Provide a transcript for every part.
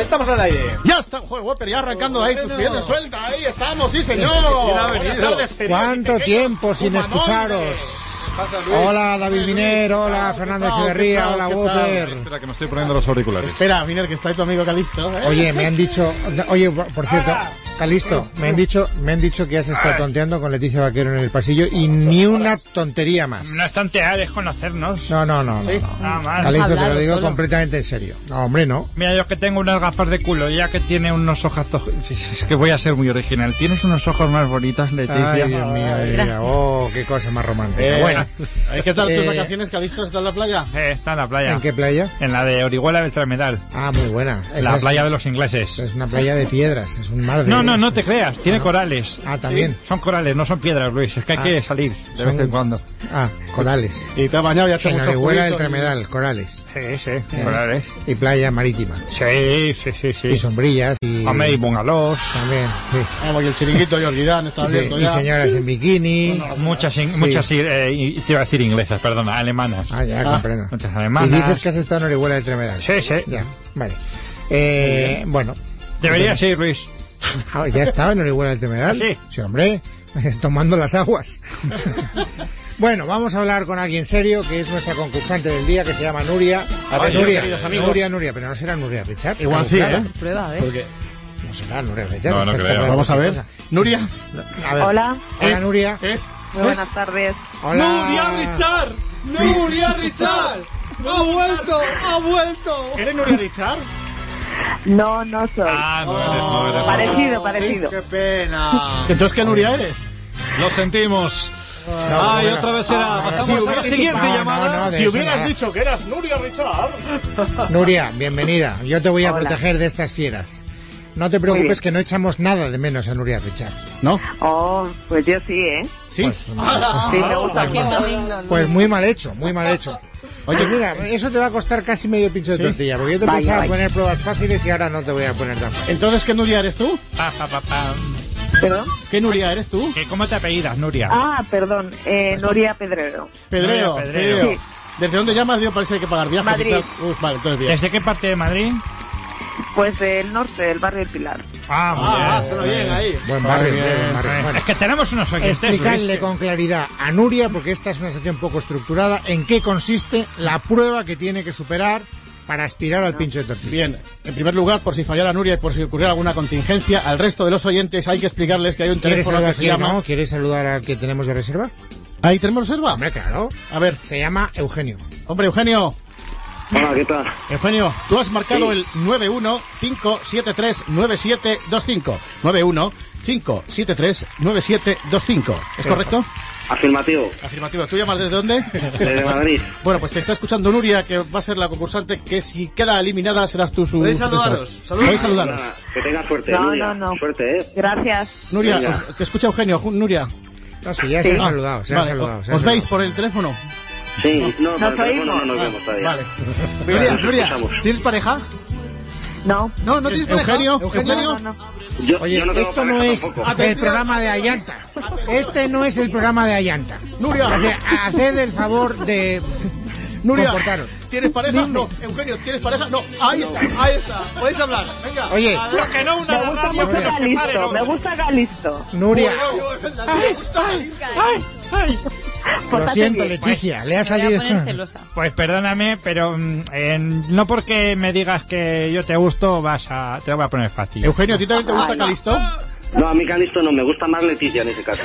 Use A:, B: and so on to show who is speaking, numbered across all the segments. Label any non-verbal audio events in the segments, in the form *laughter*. A: estamos al aire.
B: Ya está, joder, Whopper, ya arrancando ahí tus
A: Bueno.
B: piernas sueltas. Ahí estamos, sí
A: ¿Quién ha
B: señor. Buenas
A: venido?
B: tardes, queridos y
C: ¿Cuánto
B: pequeños
C: tiempo sin
B: humanoides.
C: escucharos?
A: Pasa, Luis.
C: Hola David Miner, hola
B: tal?
C: Fernando
B: ¿Qué tal?
C: Echeverría,
B: ¿Qué
C: hola
B: tal? ¿Qué
C: Whopper.
D: Espera, que me estoy poniendo los auriculares.
B: Espera, Miner, que está ahí tu amigo Calisto. ¿eh?
C: Oye, me han dicho, oye, por cierto, Calisto, me han dicho, me han dicho que has estado tonteando con Leticia Vaquero en el pasillo y ni una tontería más.
E: No Ah, es tontear, es conocernos.
C: No, no, no, no. no.
E: Nada más.
C: Calisto, te lo
F: Hablado
C: digo
F: solo.
C: completamente en serio. No, hombre, no.
E: Mira, yo que tengo unas gafas de culo, ya que tiene unos ojazos. Es que voy a ser muy original. Tienes unos ojos más bonitos, Leticia.
C: Ay, Dios mío, ay,
F: gracias.
C: oh, qué cosa más romántica.
B: Eh,
C: Bueno,
B: eh, ¿Qué tal tus
C: Eh,
B: vacaciones, Calisto? ¿Estás en la playa?
E: Eh, está en la playa.
C: ¿en qué playa?
E: En la de Orihuela Beltramedal.
C: Ah, muy buena. Esa
E: La
C: es-
E: playa de los ingleses.
C: Es una playa de piedras, es un mar de.
E: No, no, no te creas. Tiene corales.
C: Ah, también.
E: Son corales, no son piedras, Luis. Es que hay
C: Ah.
E: que salir de
C: Son-
E: vez en cuando.
C: Ah, corales.
B: Y te has bañado y has hecho
C: En
B: mucho
C: Orihuela del
B: juguito.
C: Tremedal, corales.
E: Sí, sí,
C: Eh,
E: corales.
C: Y playa marítima.
E: Sí, sí, sí, sí.
C: Y sombrillas. Y...
E: Hombre, y bungalows.
C: También, sí.
B: Vamos, y el chiringuito y Orgidán está
C: Sí,
B: abierto
C: Y
B: ya.
C: señoras en bikini.
E: Muchas, in-
C: Sí.
E: muchas eh, y- te iba a decir inglesas, perdona, alemanas.
C: Ah, ya,
B: Ah,
C: comprendo.
E: muchas
C: Y
E: alemanas.
C: dices que has estado en Orihuela del Tremedal.
E: Sí, sí.
C: Ya, vale. Eh, bueno,
E: Deberías ir, Luis.
C: ah, ya estaba en Orihuela del Tremedal.
E: Sí.
C: hombre, *laughs* tomando
B: *laughs*
C: las aguas. bueno, vamos a hablar con alguien serio, que es nuestra concursante del día, que se llama Nuria.
B: A ver,
C: Nuria,
B: queridos amigos.
C: Nuria, Nuria, pero no será Nuria Richard.
B: Igual sí,
C: Claro.
B: ¿eh?
F: Prueba, a ver.
B: Porque,
C: No será Nuria Richard.
D: No, no
C: Estás
D: creo.
C: hablando
B: vamos a
C: de
B: ver.
C: otra
B: Nuria.
C: cosa. A ver.
G: Hola.
C: Hola,
B: es-
C: Nuria.
B: Es.
G: Muy buenas tardes.
C: Hola.
A: Richard! ¡Nuria Richard! ¡Ha vuelto! ¡Ha vuelto!
B: ¿Eres Nuria Richard?
G: No, no soy.
E: Ah, no eres, no eres.
G: Oh, Parecido, parecido.
A: ¡Qué pena!
B: Entonces, ¿qué Nuria eres?
D: Lo sentimos.
C: No,
B: Ah,
D: Ay,
C: bueno.
D: otra vez será.
C: Si
D: Pasamos a la
C: hubiera-
D: siguiente
C: Ah, no, no,
D: llamada.
C: no, de
B: Si
C: eso
B: hubieras
C: nada.
B: dicho que eras Nuria Richard.
C: Nuria, bienvenida. Yo te voy a
G: Hola.
C: proteger de estas fieras. No te
G: Muy
C: preocupes
G: bien.
C: que no echamos nada de menos a Nuria Richard.
B: ¿No?
G: Oh, pues yo sí, ¿eh?
B: Sí.
G: Sí, me gusta.
F: Ah, Qué maligno, ¿no?
C: Pues muy mal hecho, muy mal hecho. Oye, mira, eso te va a costar casi medio pincho de tortilla, porque yo te
G: Vaya,
C: pensaba
G: vaya.
C: poner pruebas fáciles y ahora no te voy a poner tan fácil.
B: Entonces, ¿qué Nuria eres tú?
E: Pa, pa, pa, pa.
G: ¿Perdón?
B: ¿Qué Nuria eres tú?
E: ¿Qué- ¿Cómo te apellidas, Nuria?
G: Ah, perdón. Eh, Nuria Pedrero.
B: Pedreo.
E: Nuria Pedreo.
B: Pedreo.
G: Sí.
B: ¿Desde dónde llamas? Digo, parece que hay que pagar viajes y
G: Madrid.
B: tal. Uf, vale, entonces bien.
E: ¿Desde qué parte de Madrid?
G: Pues del norte, del barrio del Pilar.
E: Ah, muy
B: Ah,
E: bien.
B: hazlo bien ahí.
C: Buen barrio,
E: Muy bien,
C: buen barrio.
E: muy bien.
C: Bueno,
E: Es que tenemos unos oyentes,
C: explicarle
E: Luis,
C: con claridad a Nuria, porque esta es una sección poco estructurada, en qué consiste la prueba que tiene que superar para aspirar al pincho de tortilla.
B: Bien, en primer lugar, por si fallara Nuria y por si ocurriera alguna contingencia, al resto de los oyentes hay que explicarles que hay un
C: ¿Quieres
B: teléfono
C: saludar,
B: que
C: a
B: se
C: quién,
B: llama.
C: no? ¿Quieres saludar al que tenemos de reserva?
B: Ahí tenemos reserva.
C: Hombre, claro.
B: A ver,
C: Se llama Eugenio.
B: hombre, Eugenio.
H: Hola, ¿qué tal?
B: Eugenio, tú has marcado el 915739725. 915739725. ¿Es correcto?
C: *laughs*
H: Afirmativo.
B: Afirmativo. ¿Tú llamas desde dónde?
H: Desde Madrid.
B: *laughs* Bueno, pues te está escuchando Nuria, que va a ser la concursante, que si queda eliminada serás tú su...
A: Podéis
B: su tesoro.
A: saludaros, saludaros.
B: Podéis saludaros.
H: Nada, Que tengas suerte,
G: No,
H: Nuria.
G: no, no.
H: Suerte, ¿eh?
G: Gracias.
B: Nuria,
H: Venga.
B: os- te escucha Eugenio. Ju- Nuria. Ah,
C: No, sí, ya se han
G: Sí.
C: saludado, se han
B: Vale,
C: saludado.
B: o-
C: se han
B: ¿Os
C: saludado.
B: veis por el teléfono?
H: Sí, no, por el
G: Nos
H: teléfono
G: oímos.
H: no nos vemos todavía.
B: Vale. Nuria,
H: nos
B: Nuria,
H: escuchamos.
B: ¿tienes pareja?
G: No.
B: No, no tienes pareja.
C: Eugenio,
G: No,
B: Eugenio.
G: no, no.
H: Yo,
C: Oye,
H: yo no tengo
C: esto no
H: pareja
C: es
H: tampoco.
C: el programa de Allanta. Este no es el programa de Allanta.
B: Nuria.
C: O sea, haced el favor de
B: Nuria,
C: comportaros.
B: ¿tienes pareja? No. Eugenio, ¿tienes pareja? No. Ahí está, ahí está. Podéis hablar. Venga.
C: Oye,
E: Pero que no una
G: Me gusta
E: radio
G: mucho
E: que nos separe,
G: Galisto.
E: ¿no?
G: Me gusta Galisto.
C: Nuria, lo
B: pues
G: Pórtate
C: siento,
G: Pues bien.
C: Leticia, le ha
F: Me voy a
C: salido.
F: poner
C: *laughs*
F: celosa.
E: Pues perdóname, pero mm, en- no porque me digas que yo te gusto, vas a, te lo voy a poner fácil.
B: Eugenio, ¿a ti también te gusta
G: Ay, no.
B: Calisto?
H: No, a mí Calisto no, me gusta más Leticia en ese
C: *laughs*
H: caso.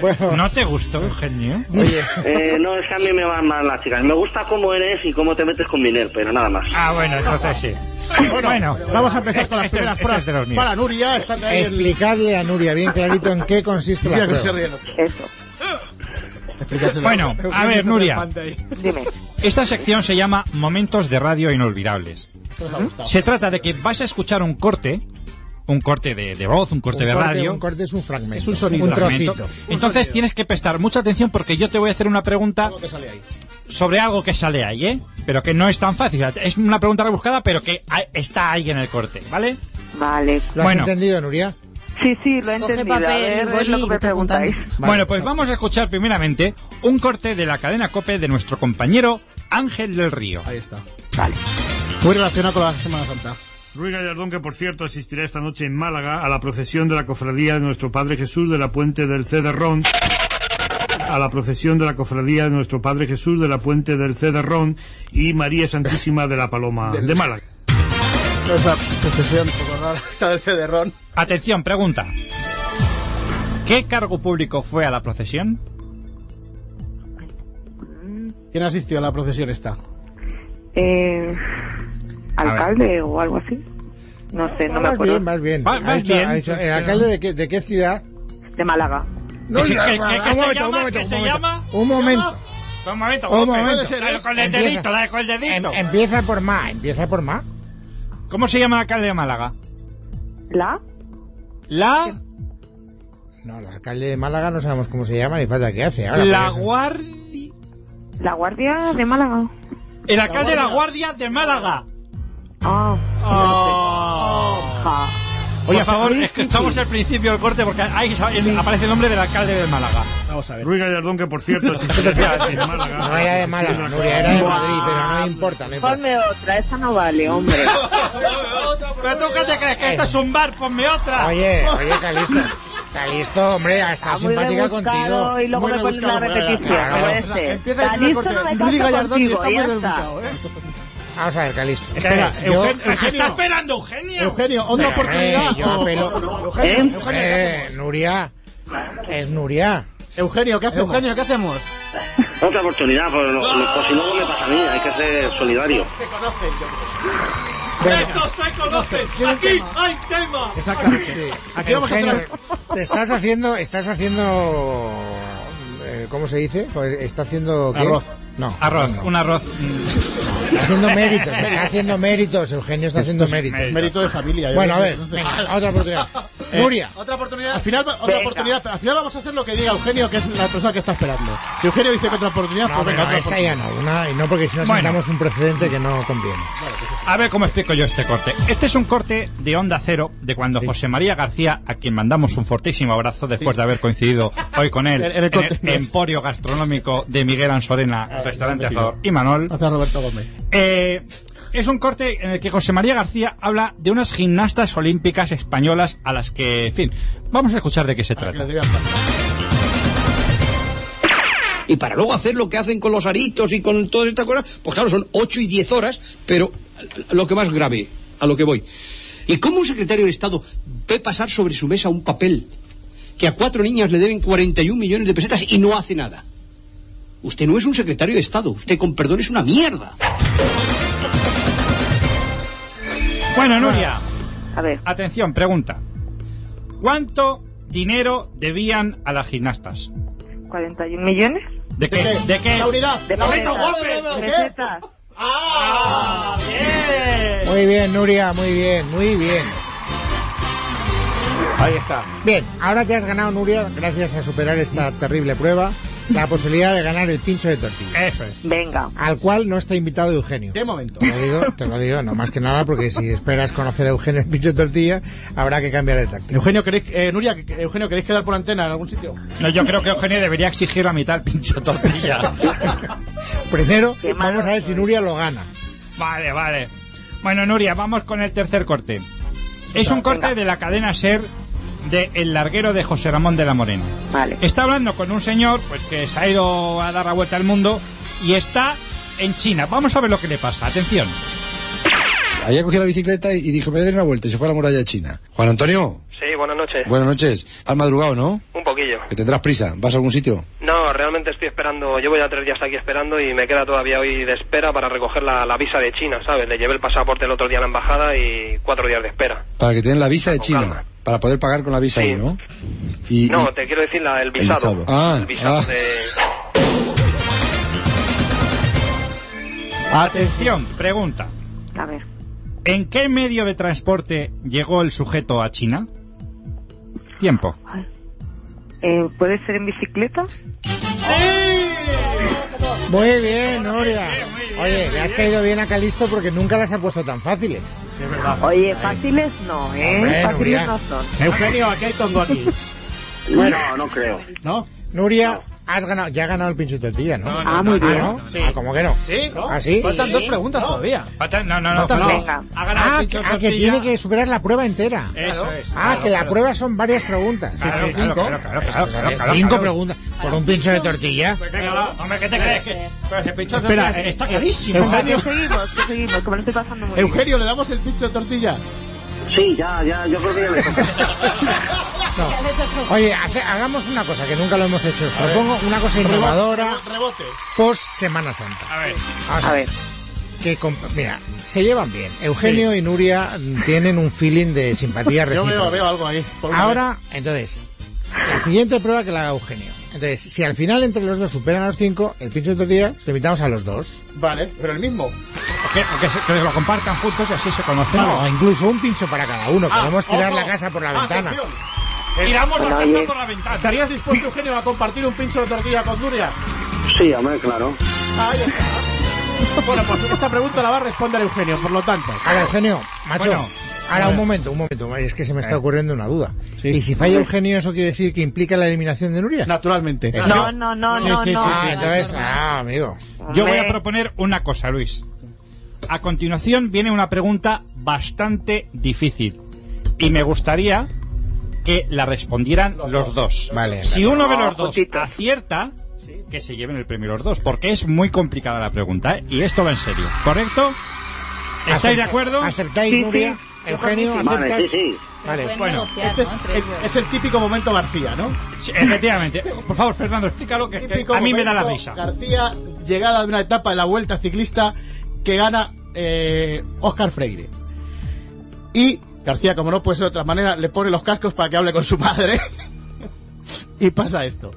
C: Bueno,
E: ¿No te gustó, Eugenio?
C: oye,
H: Eh, no, es que a mí me van mal las chicas. Me gusta cómo eres y cómo te metes con Miner, pero nada más.
E: Ah, bueno, entonces sí.
B: Bueno, vamos a empezar con las
E: este-
B: primeras
E: este
B: pruebas
E: es de los míos.
B: para Nuria. Está ahí el-
C: explicadle a Nuria bien clarito en qué consiste la
B: Mira que se
C: prueba.
B: ríe el otro.
G: Eso.
B: Explícaselo.
E: Bueno, a ver, Nuria,
G: Dime.
E: esta sección se llama Momentos de Radio Inolvidables.
B: Esto nos ha gustado.
E: Se trata de que vas a escuchar un corte, un corte de, de voz, un corte
C: Un
E: de
C: corte-
E: radio.
C: Un corte es un fragmento.
B: Es un sonido.
C: Un
E: fragmento.
C: trocito.
E: Entonces tienes que prestar mucha atención porque yo te voy a hacer una pregunta
B: Algo que sale ahí.
E: sobre algo que sale ahí, ¿eh? Pero que no es tan fácil. Es una pregunta rebuscada, pero que a- está ahí en el corte, ¿vale?
G: Vale.
C: ¿Lo has
E: Bueno.
C: entendido, Nuria?
G: Sí, sí, lo he
F: Coge
G: entendido.
F: papel,
G: a ver,
F: boli
G: es lo
F: y
G: que
F: te
G: me preguntáis.
F: apuntas.
C: Vale,
E: bueno, pues
C: perfecto.
E: vamos a escuchar primeramente un corte de la cadena COPE de nuestro compañero Ángel del Río.
B: Ahí está.
G: Vale.
B: Muy relacionado con la Semana Santa.
F: Ruy Gallardón, que por cierto asistirá esta noche en Málaga a la procesión de la cofradía de nuestro Padre Jesús de la Puente del Cederrón. A la procesión de la cofradía de nuestro Padre Jesús de la Puente del Cederrón y María Santísima de la Paloma de Málaga.
B: Esta percepción un poco *laughs* rara, esta del cederrón.
E: Atención, pregunta. ¿Qué cargo público fue a la procesión?
G: Mm,
B: ¿Quién asistió a la procesión esta?
G: eh, ¿Alcalde o algo así? No sé, no me
C: más bien,
G: acuerdo.
C: más bien.
E: Va-
C: Ha
E: más
C: dicho-
E: bien.
C: ha dicho, ¿El alcalde de qué, de qué ciudad?
G: De Málaga.
C: No,
E: ¿Qué-
C: ya,
E: qué-
C: va,
E: qué- qué
C: un
E: se
C: momento,
E: llama?
C: un momento,
E: ¿Qué
C: un
E: se llento.
C: momento. Un momento.
E: Un momento,
C: Un
E: Juanpe.
C: momento.
E: La de con el
C: Empieza.
E: dedito, la de con el dedito.
C: Em- empieza por Ma, empieza por Ma.
E: ¿Cómo se llama el alcalde de Málaga?
G: ¿La?
E: La,
C: No, el alcalde de Málaga no sabemos cómo se llama ni falta que hace. Ahora,
E: la
C: pues,
E: guardia...
G: ¿La Guardia de Málaga?
E: El alcalde de la guardia de Málaga.
G: Ah,
E: Oh.
G: ja.
E: Oye, por favor, es que estamos al principio del corte porque ahí aparece el nombre del alcalde de Málaga.
B: Vamos a ver.
F: Ruy Gallardón, que por cierto
B: *laughs*
F: asistirá en Málaga.
C: No era de Málaga, Nuria, era de Madrid, pero no importa. No importa.
G: Ponme otra, esa no vale, hombre.
E: Pero tú qué te crees que esto es un bar, ponme otra.
C: Oye, oye, Calisto. Calisto, hombre, ha estado
G: Ah, muy
C: simpática
G: rebuscado
C: contigo.
G: Y luego
B: Muy
G: me pones
B: rebuscado,
G: la
B: fuera de la-
G: repetición.
C: Claro,
G: no puede
B: Empieza-
G: ser.
B: empieza el
G: Calisto
B: primer
G: no me
B: corte.
G: caso
B: Rudy Gallardón y
G: contigo,
B: está muy
G: ya
B: rebuscado, ¿eh?
C: Vamos a ver, Calisto.
E: Espera,
C: yo-
E: Eugenio, ¿a qué está
B: Eugenio.
E: esperando, Eugenio?
B: Eugenio, otra
C: Pero, hombre,
B: oportunidad.
C: yo apelo-
B: Eugenio,
G: ¿Eh?
B: Eugenio, ¿qué
C: Eh,
B: hacemos?
C: Nuria. Es Nuria.
B: Eugenio, ¿qué hace eh, Eugenio? ¿Qué hacemos?
H: Otra oportunidad, pues, por, lo- lo- por si luego me pasa a mí, hay que ser solidario.
A: Estos se conocen. Aquí hay tema.
B: Exactamente. Aquí vamos a hacer...
C: Eugenio, te estás haciendo, estás haciendo, eh, ¿cómo se dice? Pues está haciendo ¿qué?
B: Arroz.
C: No,
E: Arroz,
C: no.
E: un arroz.
C: haciendo méritos, está haciendo méritos, Eugenio está haciendo méritos.
B: Mérito de familia. yo
C: Bueno, a
B: creo que
C: ver,
B: entonces-
C: venga, otra oportunidad.
B: *laughs* Eh,
C: Nuria,
B: Otra oportunidad. Al final, va- otra
G: Venga.
B: oportunidad. pero Al final vamos a hacer lo que diga Eugenio, que es la persona que está esperando. Si Eugenio dice que otra oportunidad,
C: no,
B: pues venga, otra
C: pero esta ya no, una, y no porque si no
E: Bueno.
C: sentamos un precedente que no conviene.
E: A ver cómo explico yo este corte. Este es un corte de Onda Cero de cuando
C: Sí.
E: José María García, a quien mandamos un fortísimo abrazo después
B: Sí.
E: de haber coincidido hoy con él
B: En- en el
E: en
B: corte.
E: el emporio gastronómico de Miguel Ansorena,
B: Ah,
E: restaurante
B: magnífico.
E: Azador y Manol.
B: Hace a Roberto Gómez.
E: Eh, es un corte en el que José María García habla de unas gimnastas olímpicas españolas a las que, en fin, vamos a escuchar de qué se
B: Para que
E: trata.
B: les digan pasar.
I: y para luego hacer lo que hacen con los aritos y con todas estas cosas, pues claro, son 8 y 10 horas, pero lo que más grave, a lo que voy. ¿Y cómo un secretario de Estado ve pasar sobre su mesa un papel que a cuatro niñas le deben 41 millones de pesetas y no hace nada? Usted no es un secretario de Estado, usted con perdón es una mierda.
E: Bueno, Nuria,
G: A ver,
E: atención, pregunta. ¿Cuánto dinero debían a las gimnastas?
G: 41 millones
E: ¿De qué? ¿De qué?
B: La unidad.
G: de
B: La unidad.
G: pesetas.
B: ¿De qué?
G: pesetas.
B: ¡Ah! ¡Bien!
C: Muy bien, Nuria, muy bien, muy bien.
B: Ahí está.
C: Bien, ahora que has ganado, Nuria, gracias a superar esta terrible prueba, la posibilidad de ganar el pincho de tortilla,
E: Eso es.
G: Venga.
C: al cual no está invitado Eugenio.
B: De momento.
C: Te lo digo, te lo digo, no más que nada, porque si esperas conocer a Eugenio el pincho de tortilla, habrá que cambiar de táctica.
B: Eugenio, ¿queréis, eh, Nuria, que- Eugenio, ¿queréis quedar por antena en algún sitio?
E: No, yo creo que Eugenio debería exigir la mitad *laughs* del pincho tortilla. *laughs*
C: Primero,
G: Qué malo
C: vamos a ver si Nuria lo gana.
E: vale, vale. Bueno, Nuria, vamos con el tercer corte. Es un corte
G: Venga.
E: de la cadena SER de El Larguero de José Ramón de la Morena.
G: Vale.
E: Está hablando con un señor pues que se ha ido a dar la vuelta al mundo y está en China. Vamos a ver lo que le pasa. Atención.
J: Ayer cogí la bicicleta y dije, me voy a dar una vuelta y se fue a la muralla china. Juan Antonio,
I: Sí, buenas noches.
J: buenas noches. Has madrugado, ¿no?
I: Un poquillo.
J: Que tendrás prisa. ¿Vas a algún sitio?
I: No, realmente estoy esperando, llevo ya tres días aquí esperando y me queda todavía hoy de espera para recoger la, la visa de China, ¿sabes? Le llevé el pasaporte el otro día a la embajada y cuatro días de espera.
J: Para que te den la visa de
I: Con
J: China.
I: calma.
J: Para poder pagar con la visa
I: Sí.
J: ahí, ¿no? Y,
I: No,
J: y-
I: te quiero decir la, el visado.
J: visado. Ah,
I: el visado
J: ah.
I: de...
E: Atención, pregunta.
G: A ver.
E: ¿En qué medio de transporte llegó el sujeto a China? Tiempo.
G: Eh, ¿Puede ser en bicicleta?
C: Muy bien, Nuria. Oye, le has caído bien a Calisto porque nunca las ha puesto tan fáciles.
G: Oye, fáciles no, ¿eh?
C: Hombre,
G: fáciles
C: Nuria.
G: no son.
B: Eugenio, aquí hay tongo aquí.
H: No, no creo.
B: ¿No?
C: Nuria, has ganado, ya has ganado el pincho del día, ¿no?
B: No, no, Ah, no, muy no, bien.
C: ¿no?
B: Sí.
C: Ah, ¿Cómo que no?
B: Sí, ¿no?
C: ¿Ah, sí?
B: Faltan dos preguntas
C: No.
B: todavía.
E: Faltan- no, no, no.
C: Faltan
E: faltan-
C: dos.
E: Ha ganado
C: ah,
E: el pincho
C: que, ah, que
E: tortilla.
C: tiene que superar la prueba entera.
E: Eso es.
C: Ah,
E: Claro,
C: que la
E: claro.
C: prueba son varias preguntas.
E: Claro,
C: Sí, sí.
E: claro, claro, claro, claro, claro, claro,
C: Cinco
E: claro.
C: preguntas. Por un pincho de tortilla.
E: Venga, va. Hombre, ¿qué te crees? Que... Pero ese pincho
C: Espera,
E: tortilla
C: eh,
E: está
C: eh,
E: carísimo.
B: Eugenio.
G: Seguimos, seguimos, que me lo estoy pasando muy bien.
B: Eugenio, ¿le damos el pincho de tortilla?
H: Sí, ya, ya, yo creo que ya me
B: *laughs*
C: No. Oye, hace- hagamos una cosa que nunca lo hemos hecho. Os propongo una cosa innovadora
B: Rebote.
C: post Semana Santa.
E: A ver.
C: Vamos
G: A ver,
C: que comp- mira, se llevan bien. Eugenio y Nuria tienen un feeling de
B: *laughs*
C: simpatía
B: Yo
C: recíproca.
B: veo, veo algo ahí. por una
C: Ahora, entonces, la siguiente prueba que la haga Eugenio. Entonces, si al final entre los dos superan a los cinco, el pincho de tortilla lo invitamos a los dos.
B: vez. Vale, pero el mismo.
E: O que, o que se- que lo compartan juntos y así se conocen.
C: No, incluso un pincho para cada uno.
B: Ah,
C: Podemos tirar
B: ojo. Ah,
C: la casa por la ventana.
B: Atención.
E: Ah, Tiramos la
H: Oye.
E: casa por la ventana.
B: ¿Estarías dispuesto, Eugenio, a compartir un pincho de tortilla con Nuria?
H: Sí, hombre, claro.
B: Ahí está. Bueno, pues esta pregunta la va a responder Eugenio, por lo tanto.
C: Ahora, Eugenio, macho.
E: Bueno,
C: ahora, un momento, un momento. Es que se me está ocurriendo una duda. Y si falla Eugenio, ¿eso quiere decir que implica la eliminación de Nuria?
B: Naturalmente.
G: no, no, no,
E: Sí,
G: no,
E: sí,
G: no.
E: sí,
C: Ah,
E: sí,
C: entonces, ah, amigo.
E: Yo voy
G: Hombre.
E: a proponer una cosa, Luis. A continuación viene una pregunta bastante difícil. Y me gustaría que la respondieran los, dos.
C: Vale.
E: Si uno de los
G: No,
E: dos
G: Conchita.
E: acierta, que se lleven el premio los dos, porque es muy complicada la pregunta, ¿eh? Y esto va en serio, ¿correcto? ¿Estáis de acuerdo?
C: ¿Aceptáis,
G: Sí, sí.
C: Nuria? Eugenio,
H: Vale,
C: ¿aceptas?
H: sí, sí.
C: Vale.
E: bueno,
B: Este es, es el típico momento García, ¿no?
E: Sí, Efectivamente. Por favor, Fernando, explícalo, que es que
B: Típico
E: a mí me da la
B: momento
E: risa.
B: García, llegada de una etapa de la vuelta ciclista que gana Oscar Freire. Y García, como no puede ser de otra manera, le pone los cascos para que hable con su padre. *laughs* y pasa esto.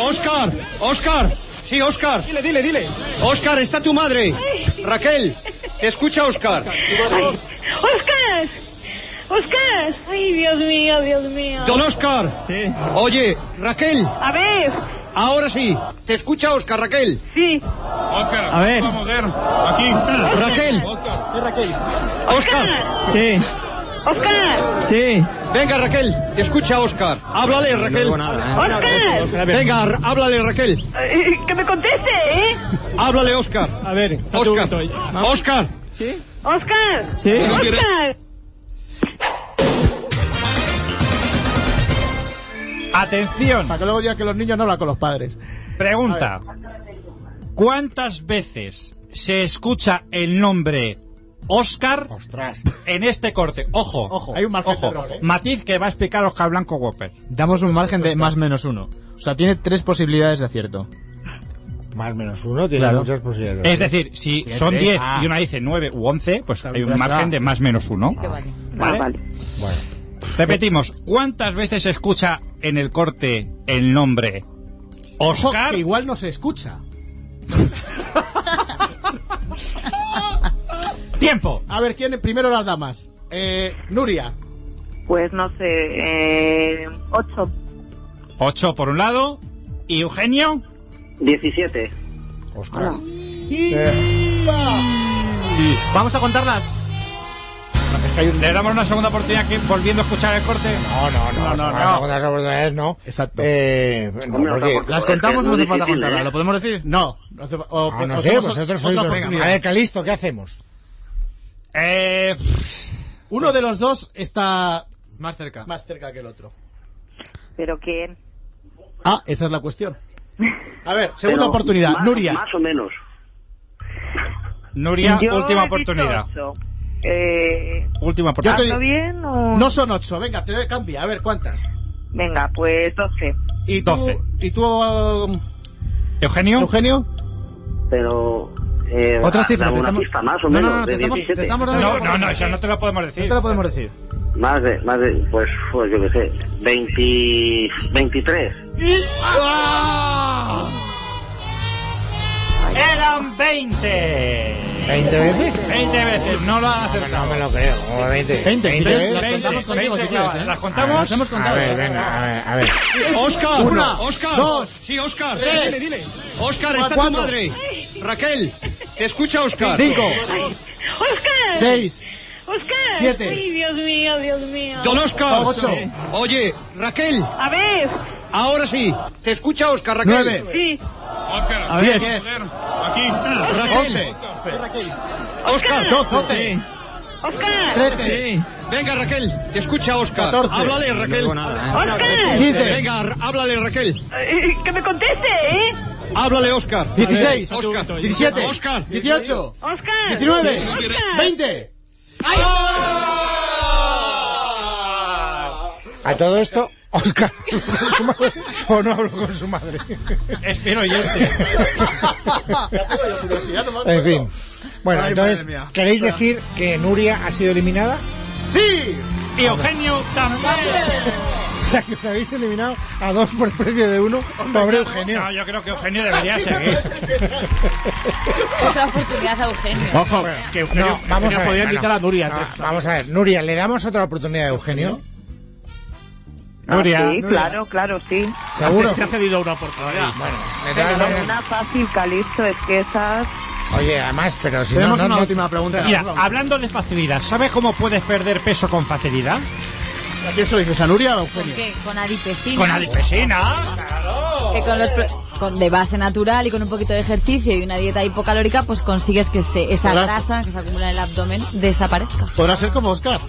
I: Oscar, Oscar, sí, Oscar. Dile, dile, dile. Oscar, está tu madre. Raquel, te escucha Oscar.
K: ¡Oscar! ¡Oscar! ¡Ay, Dios mío, Dios mío!
I: Don Oscar.
E: Sí.
I: Oye, Raquel,
K: A ver,
I: ahora sí. Te escucha Oscar, Raquel.
K: sí.
E: A ver. Aquí.
I: Raquel, Oscar.
E: Sí.
K: ¡Oscar!
E: Sí.
I: Venga, Raquel, te escucha Oscar. Háblale, Raquel.
E: ¿eh?
K: ¡Oscar!
I: Venga, r- háblale, Raquel.
K: Eh, ¡Que me conteste, eh!
I: Háblale, Oscar.
E: A ver.
I: Oscar. Oscar.
K: ¡Oscar!
E: Sí.
K: ¡Oscar!
E: Atención.
B: Para que luego diga que los niños no hablan con los padres.
E: Pregunta. ¿Cuántas veces se escucha el nombre Oscar
C: Ostras.
E: en este corte? Ojo,
B: Ojo, hay un margen de error, ¿eh?
E: Matiz que va a explicar Oscar Blanco Whopper.
L: Damos un margen de más menos uno. O sea, tiene tres posibilidades de acierto.
C: Más menos uno tiene
L: Claro.
C: muchas posibilidades.
E: Es decir, si son 10 y una dice 9 u 11, pues hay un margen de más menos uno.
G: Ah,
E: ¿Vale?
G: vale.
C: Bueno.
E: Repetimos, ¿cuántas veces se escucha en el corte el nombre
B: Ojo,
E: Oscar?
B: que igual no se escucha.
E: ¡Tiempo!
B: A ver, ¿quién? Primero las damas. Eh, Nuria.
G: Pues no sé, eh, ocho.
E: 8 por un lado. ¿Y Eugenio?
H: 17.
C: Ostras.
L: Vamos a contarlas.
E: Le damos una segunda oportunidad que volviendo a escuchar el corte.
C: No, no, no, no, no,
E: no.
C: no, con las oportunidades no.
B: Exacto.
C: Eh, no,
H: Hombre,
C: porque-
H: otra
L: ¿Las
H: Joder,
L: contamos
H: es
L: o no
H: muy
L: hace falta
H: difícil,
L: contarlas?
H: ¿eh?
L: ¿Lo podemos decir?
B: No. No, hace fa- o-
C: Ah, no
B: o
C: sé,
B: tenemos
C: vosotros
B: otra
C: sois los... A
B: oportunidad.
C: ver, Calisto, ¿qué hacemos?
E: Eh,
B: Uno de los dos está
L: Más cerca.
B: más cerca que el otro.
G: ¿Pero quién?
B: Ah, esa es la cuestión. A ver, segunda
H: Pero
B: oportunidad.
H: más-
B: Nuria.
H: Más o menos.
E: Nuria,
G: Yo
E: última
G: he dicho
E: oportunidad.
G: ocho. Eh,
E: Última
B: Yo te-
E: oportunidad.
G: ¿Hazlo bien o...?
B: No son ocho. Venga, te cambia. A ver, ¿cuántas?
G: Venga, pues doce.
B: Y tú,
E: Doce.
B: ¿Y tú, um,
E: Eugenio,
B: Eugenio?
H: Pero. Eh,
B: Otra
H: ah,
B: cifra,
H: da
B: te
H: Una
B: estamos-
H: pista más o
B: No,
H: menos.
B: no, no, te
H: de
B: estamos-
H: 17.
B: te estamos dando-
E: No, no, no, eso no te lo podemos
B: No te
E: decir.
B: lo podemos decir.
H: Más de, más de, pues, pues yo qué sé, 20, 23.
E: ¡Ah! Eran 20.
C: ¿20 veces?
E: 20 veces, no lo han
C: No
E: acertado.
C: me lo creo, como 20.
L: 20, si quieres,
C: veces?
L: las contamos
E: 20,
L: contigo si quieres,
E: 20, clavas.
L: ¿eh?
E: ¿Las contamos?
L: Las ¿eh? hemos
C: A
L: contado.
C: ver, venga, a ver, a ver.
I: Oscar.
B: Una,
I: Oscar.
B: dos,
I: sí, Oscar.
B: tres,
I: dile, dile. Oscar, está tu
B: cuatro.
I: madre. Raquel, te escucha Oscar.
K: ¡Oscar!
B: Seis.
K: ¡Oscar!
B: Siete.
K: ¡Ay, Dios mío, Dios mío!
I: Don Oscar.
B: Ocho.
I: Oye, Raquel,
K: A ver,
I: Ahora sí. Te escucha Oscar Raquel.
B: Nueve.
K: Sí.
D: Oscar,
B: A ver, ¿qué es?
D: aquí.
I: Raquel. Oscar.
B: Doce.
I: Sí.
K: Oscar.
B: Trece.
I: Venga, Raquel. Te escucha Oscar.
B: Catorce.
I: Háblale, Raquel.
B: No digo nada,
E: *laughs*
K: ¿eh? Oscar.
B: Quince.
I: Venga, r- háblale, Raquel.
K: Eh, que me conteste, ¿eh?
I: Háblale, Oscar.
B: Dieciséis.
I: Oscar.
B: Diecisiete.
I: Oscar.
B: Dieciocho.
K: Oscar.
B: Diecinueve.
K: Oscar.
B: Veinte.
C: A todo esto, Oscar, *laughs* con su madre, o no hablo con su madre.
E: Es fiel oyente.
C: En fin. Bueno,
B: Ay,
C: entonces,
B: madre mía.
C: ¿queréis decir que Nuria ha sido eliminada? *laughs*
B: Sí.
E: Y Eugenio también.
C: O sea, que os habéis eliminado a dos por el precio de uno. Pobre Eugenio. *laughs*
E: No, yo creo que Eugenio debería seguir.
M: Otra oportunidad a Eugenio.
B: Ojo,
C: que no, vamos a ver,
B: podía
C: no,
B: invitar
C: no.
B: a Nuria.
C: No,
B: tres.
C: vamos a ver, Nuria, ¿le damos otra oportunidad a Eugenio?
G: Ah,
E: Nuria,
G: sí,
E: Nuria.
G: claro, claro, sí.
C: ¿Seguro? Ah,
B: Se ha cedido una oportunidad.
C: De todas maneras-
G: Una fácil, Calixto, es que esas...
C: Oye, además, pero si no,
B: Tenemos
C: no,
B: una
C: no-
B: última pregunta.
E: Mira, hablando de facilidad, ¿sabes cómo puedes perder peso con facilidad?
B: ¿A quién se lo dices? ¿A Nuria o a
M: ¿Por
B: Eugenio?
M: qué? Con adipesina.
E: Con adipesina.
M: Que con los pro- con- de base natural y con un poquito de ejercicio y una dieta hipocalórica, pues consigues que se- esa
B: Claro.
M: grasa que se acumula en el abdomen desaparezca.
B: Podrá ser como Oscar.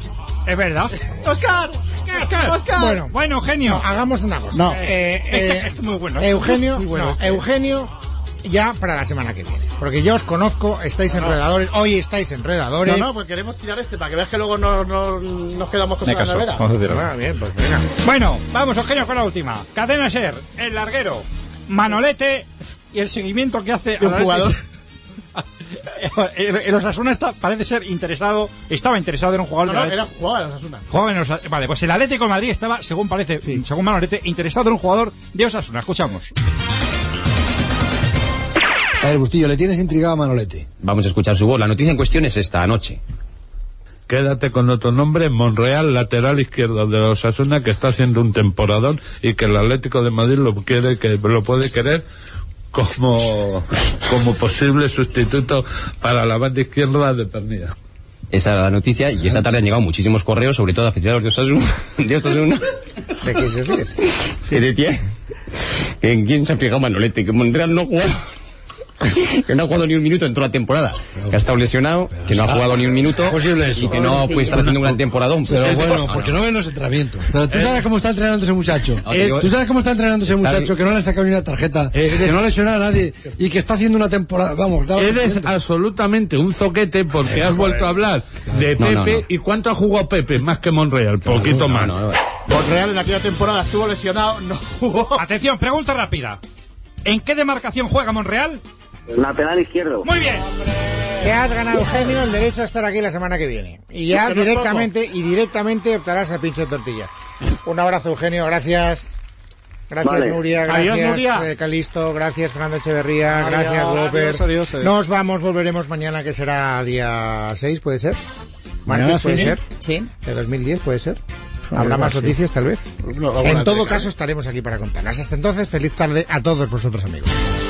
E: Es verdad.
B: ¡Oscar! ah.
E: Oscar, Oscar.
C: Bueno.
E: Bueno,
C: No,
E: Eugenio.
C: hagamos una cosa.
B: No.
C: Eh, eh,
E: Este es muy bueno.
C: Eugenio,
B: Muy bueno
C: no,
B: este.
C: Eugenio, ya para la semana que viene. Porque yo os conozco, estáis
B: No, no.
C: enredadores, hoy estáis enredadores.
B: No, no, pues queremos tirar este para que veas que luego no, no- nos quedamos con
D: Me
B: la
D: caso.
B: nevera.
D: Vamos a decir
C: Ah, bien, pues venga.
E: Bueno, vamos, Eugenio, con la última. Cadena Ser, el larguero, Manolete y el seguimiento que hace
B: De un
E: al Atlético.
B: jugador.
E: El, *laughs* el Osasuna está, parece ser interesado, estaba interesado en un
B: No,
E: jugador
B: no,
E: del
B: era jugador de Osasuna.
E: Jugaba en Osa- Vale, pues el Atlético de Madrid estaba, según parece, según Manolete, interesado en un jugador de Osasuna. Escuchamos.
J: A ver, Bustillo, le tienes intrigado a Manolete.
N: Vamos a escuchar su voz. La noticia en cuestión es esta anoche.
D: Quédate con otro nombre, Monreal, lateral izquierdo de los Asuna, que está haciendo un temporadón y que el Atlético de Madrid lo quiere, que lo puede querer como, como posible sustituto para la banda izquierda de Pernilla.
N: Esa era la noticia y esta tarde han llegado muchísimos correos, sobre todo aficionados de Osasuna. *laughs* De Osasuna.
C: ¿De qué se ríe?
N: Que decía, ¿En quién se ha fijado Manolete? Que Monreal no ha jugado. *laughs* Que no ha jugado ni un minuto en toda la temporada. Que ha estado lesionado, que no ha jugado ni un minuto.
J: Posible eso.
N: Y que no puede estar haciendo un gran temporadón.
J: Pero bueno, porque no ven los entrenamientos. Pero
N: Eh.
J: tú sabes cómo está entrenando ese muchacho.
N: Ah, te digo-
J: Tú sabes cómo está entrenando ese
N: Está- Eh,
J: muchacho, que no le ha sacado ni una tarjeta, que no ha lesionado a nadie y que está haciendo una temporada. Vamos, da-
N: eh,
D: Eres absolutamente un zoquete porque has vuelto a hablar de
N: No,
D: Pepe.
N: no, no.
D: ¿Y cuánto ha jugado Pepe? Más que Monreal, poquito
N: No,
D: más.
N: no, no.
B: Monreal en aquella temporada estuvo lesionado, no jugó.
E: Atención, pregunta rápida. ¿En qué demarcación juega Monreal?
H: Lateral izquierdo.
E: Muy bien.
C: Te has ganado, Eugenio, el derecho a estar aquí la semana que viene. Y ya
B: Que no es
C: directamente, y directamente optarás a pincho de tortilla. Un abrazo, Eugenio, gracias. Gracias,
H: Vale.
C: Nuria. Gracias,
B: Adiós, Nuria.
C: eh, Calisto. Gracias, Fernando Echeverría.
B: Adiós,
C: gracias, Gómez.
B: adiós, adiós, adiós.
C: Nos vamos, volveremos mañana, que será día 6, ¿puede ser?
B: Mañana
C: Martes, ¿puede
B: sí.
C: ser?
M: Sí.
C: De 2010, ¿puede ser?
B: Suena
C: Habrá
B: algo
C: más
B: así.
C: noticias, tal vez.
B: No, alguna ¿eh?
C: En todo
B: técnica.
C: caso, estaremos aquí para contarlas. Hasta entonces, feliz tarde a todos vosotros, amigos.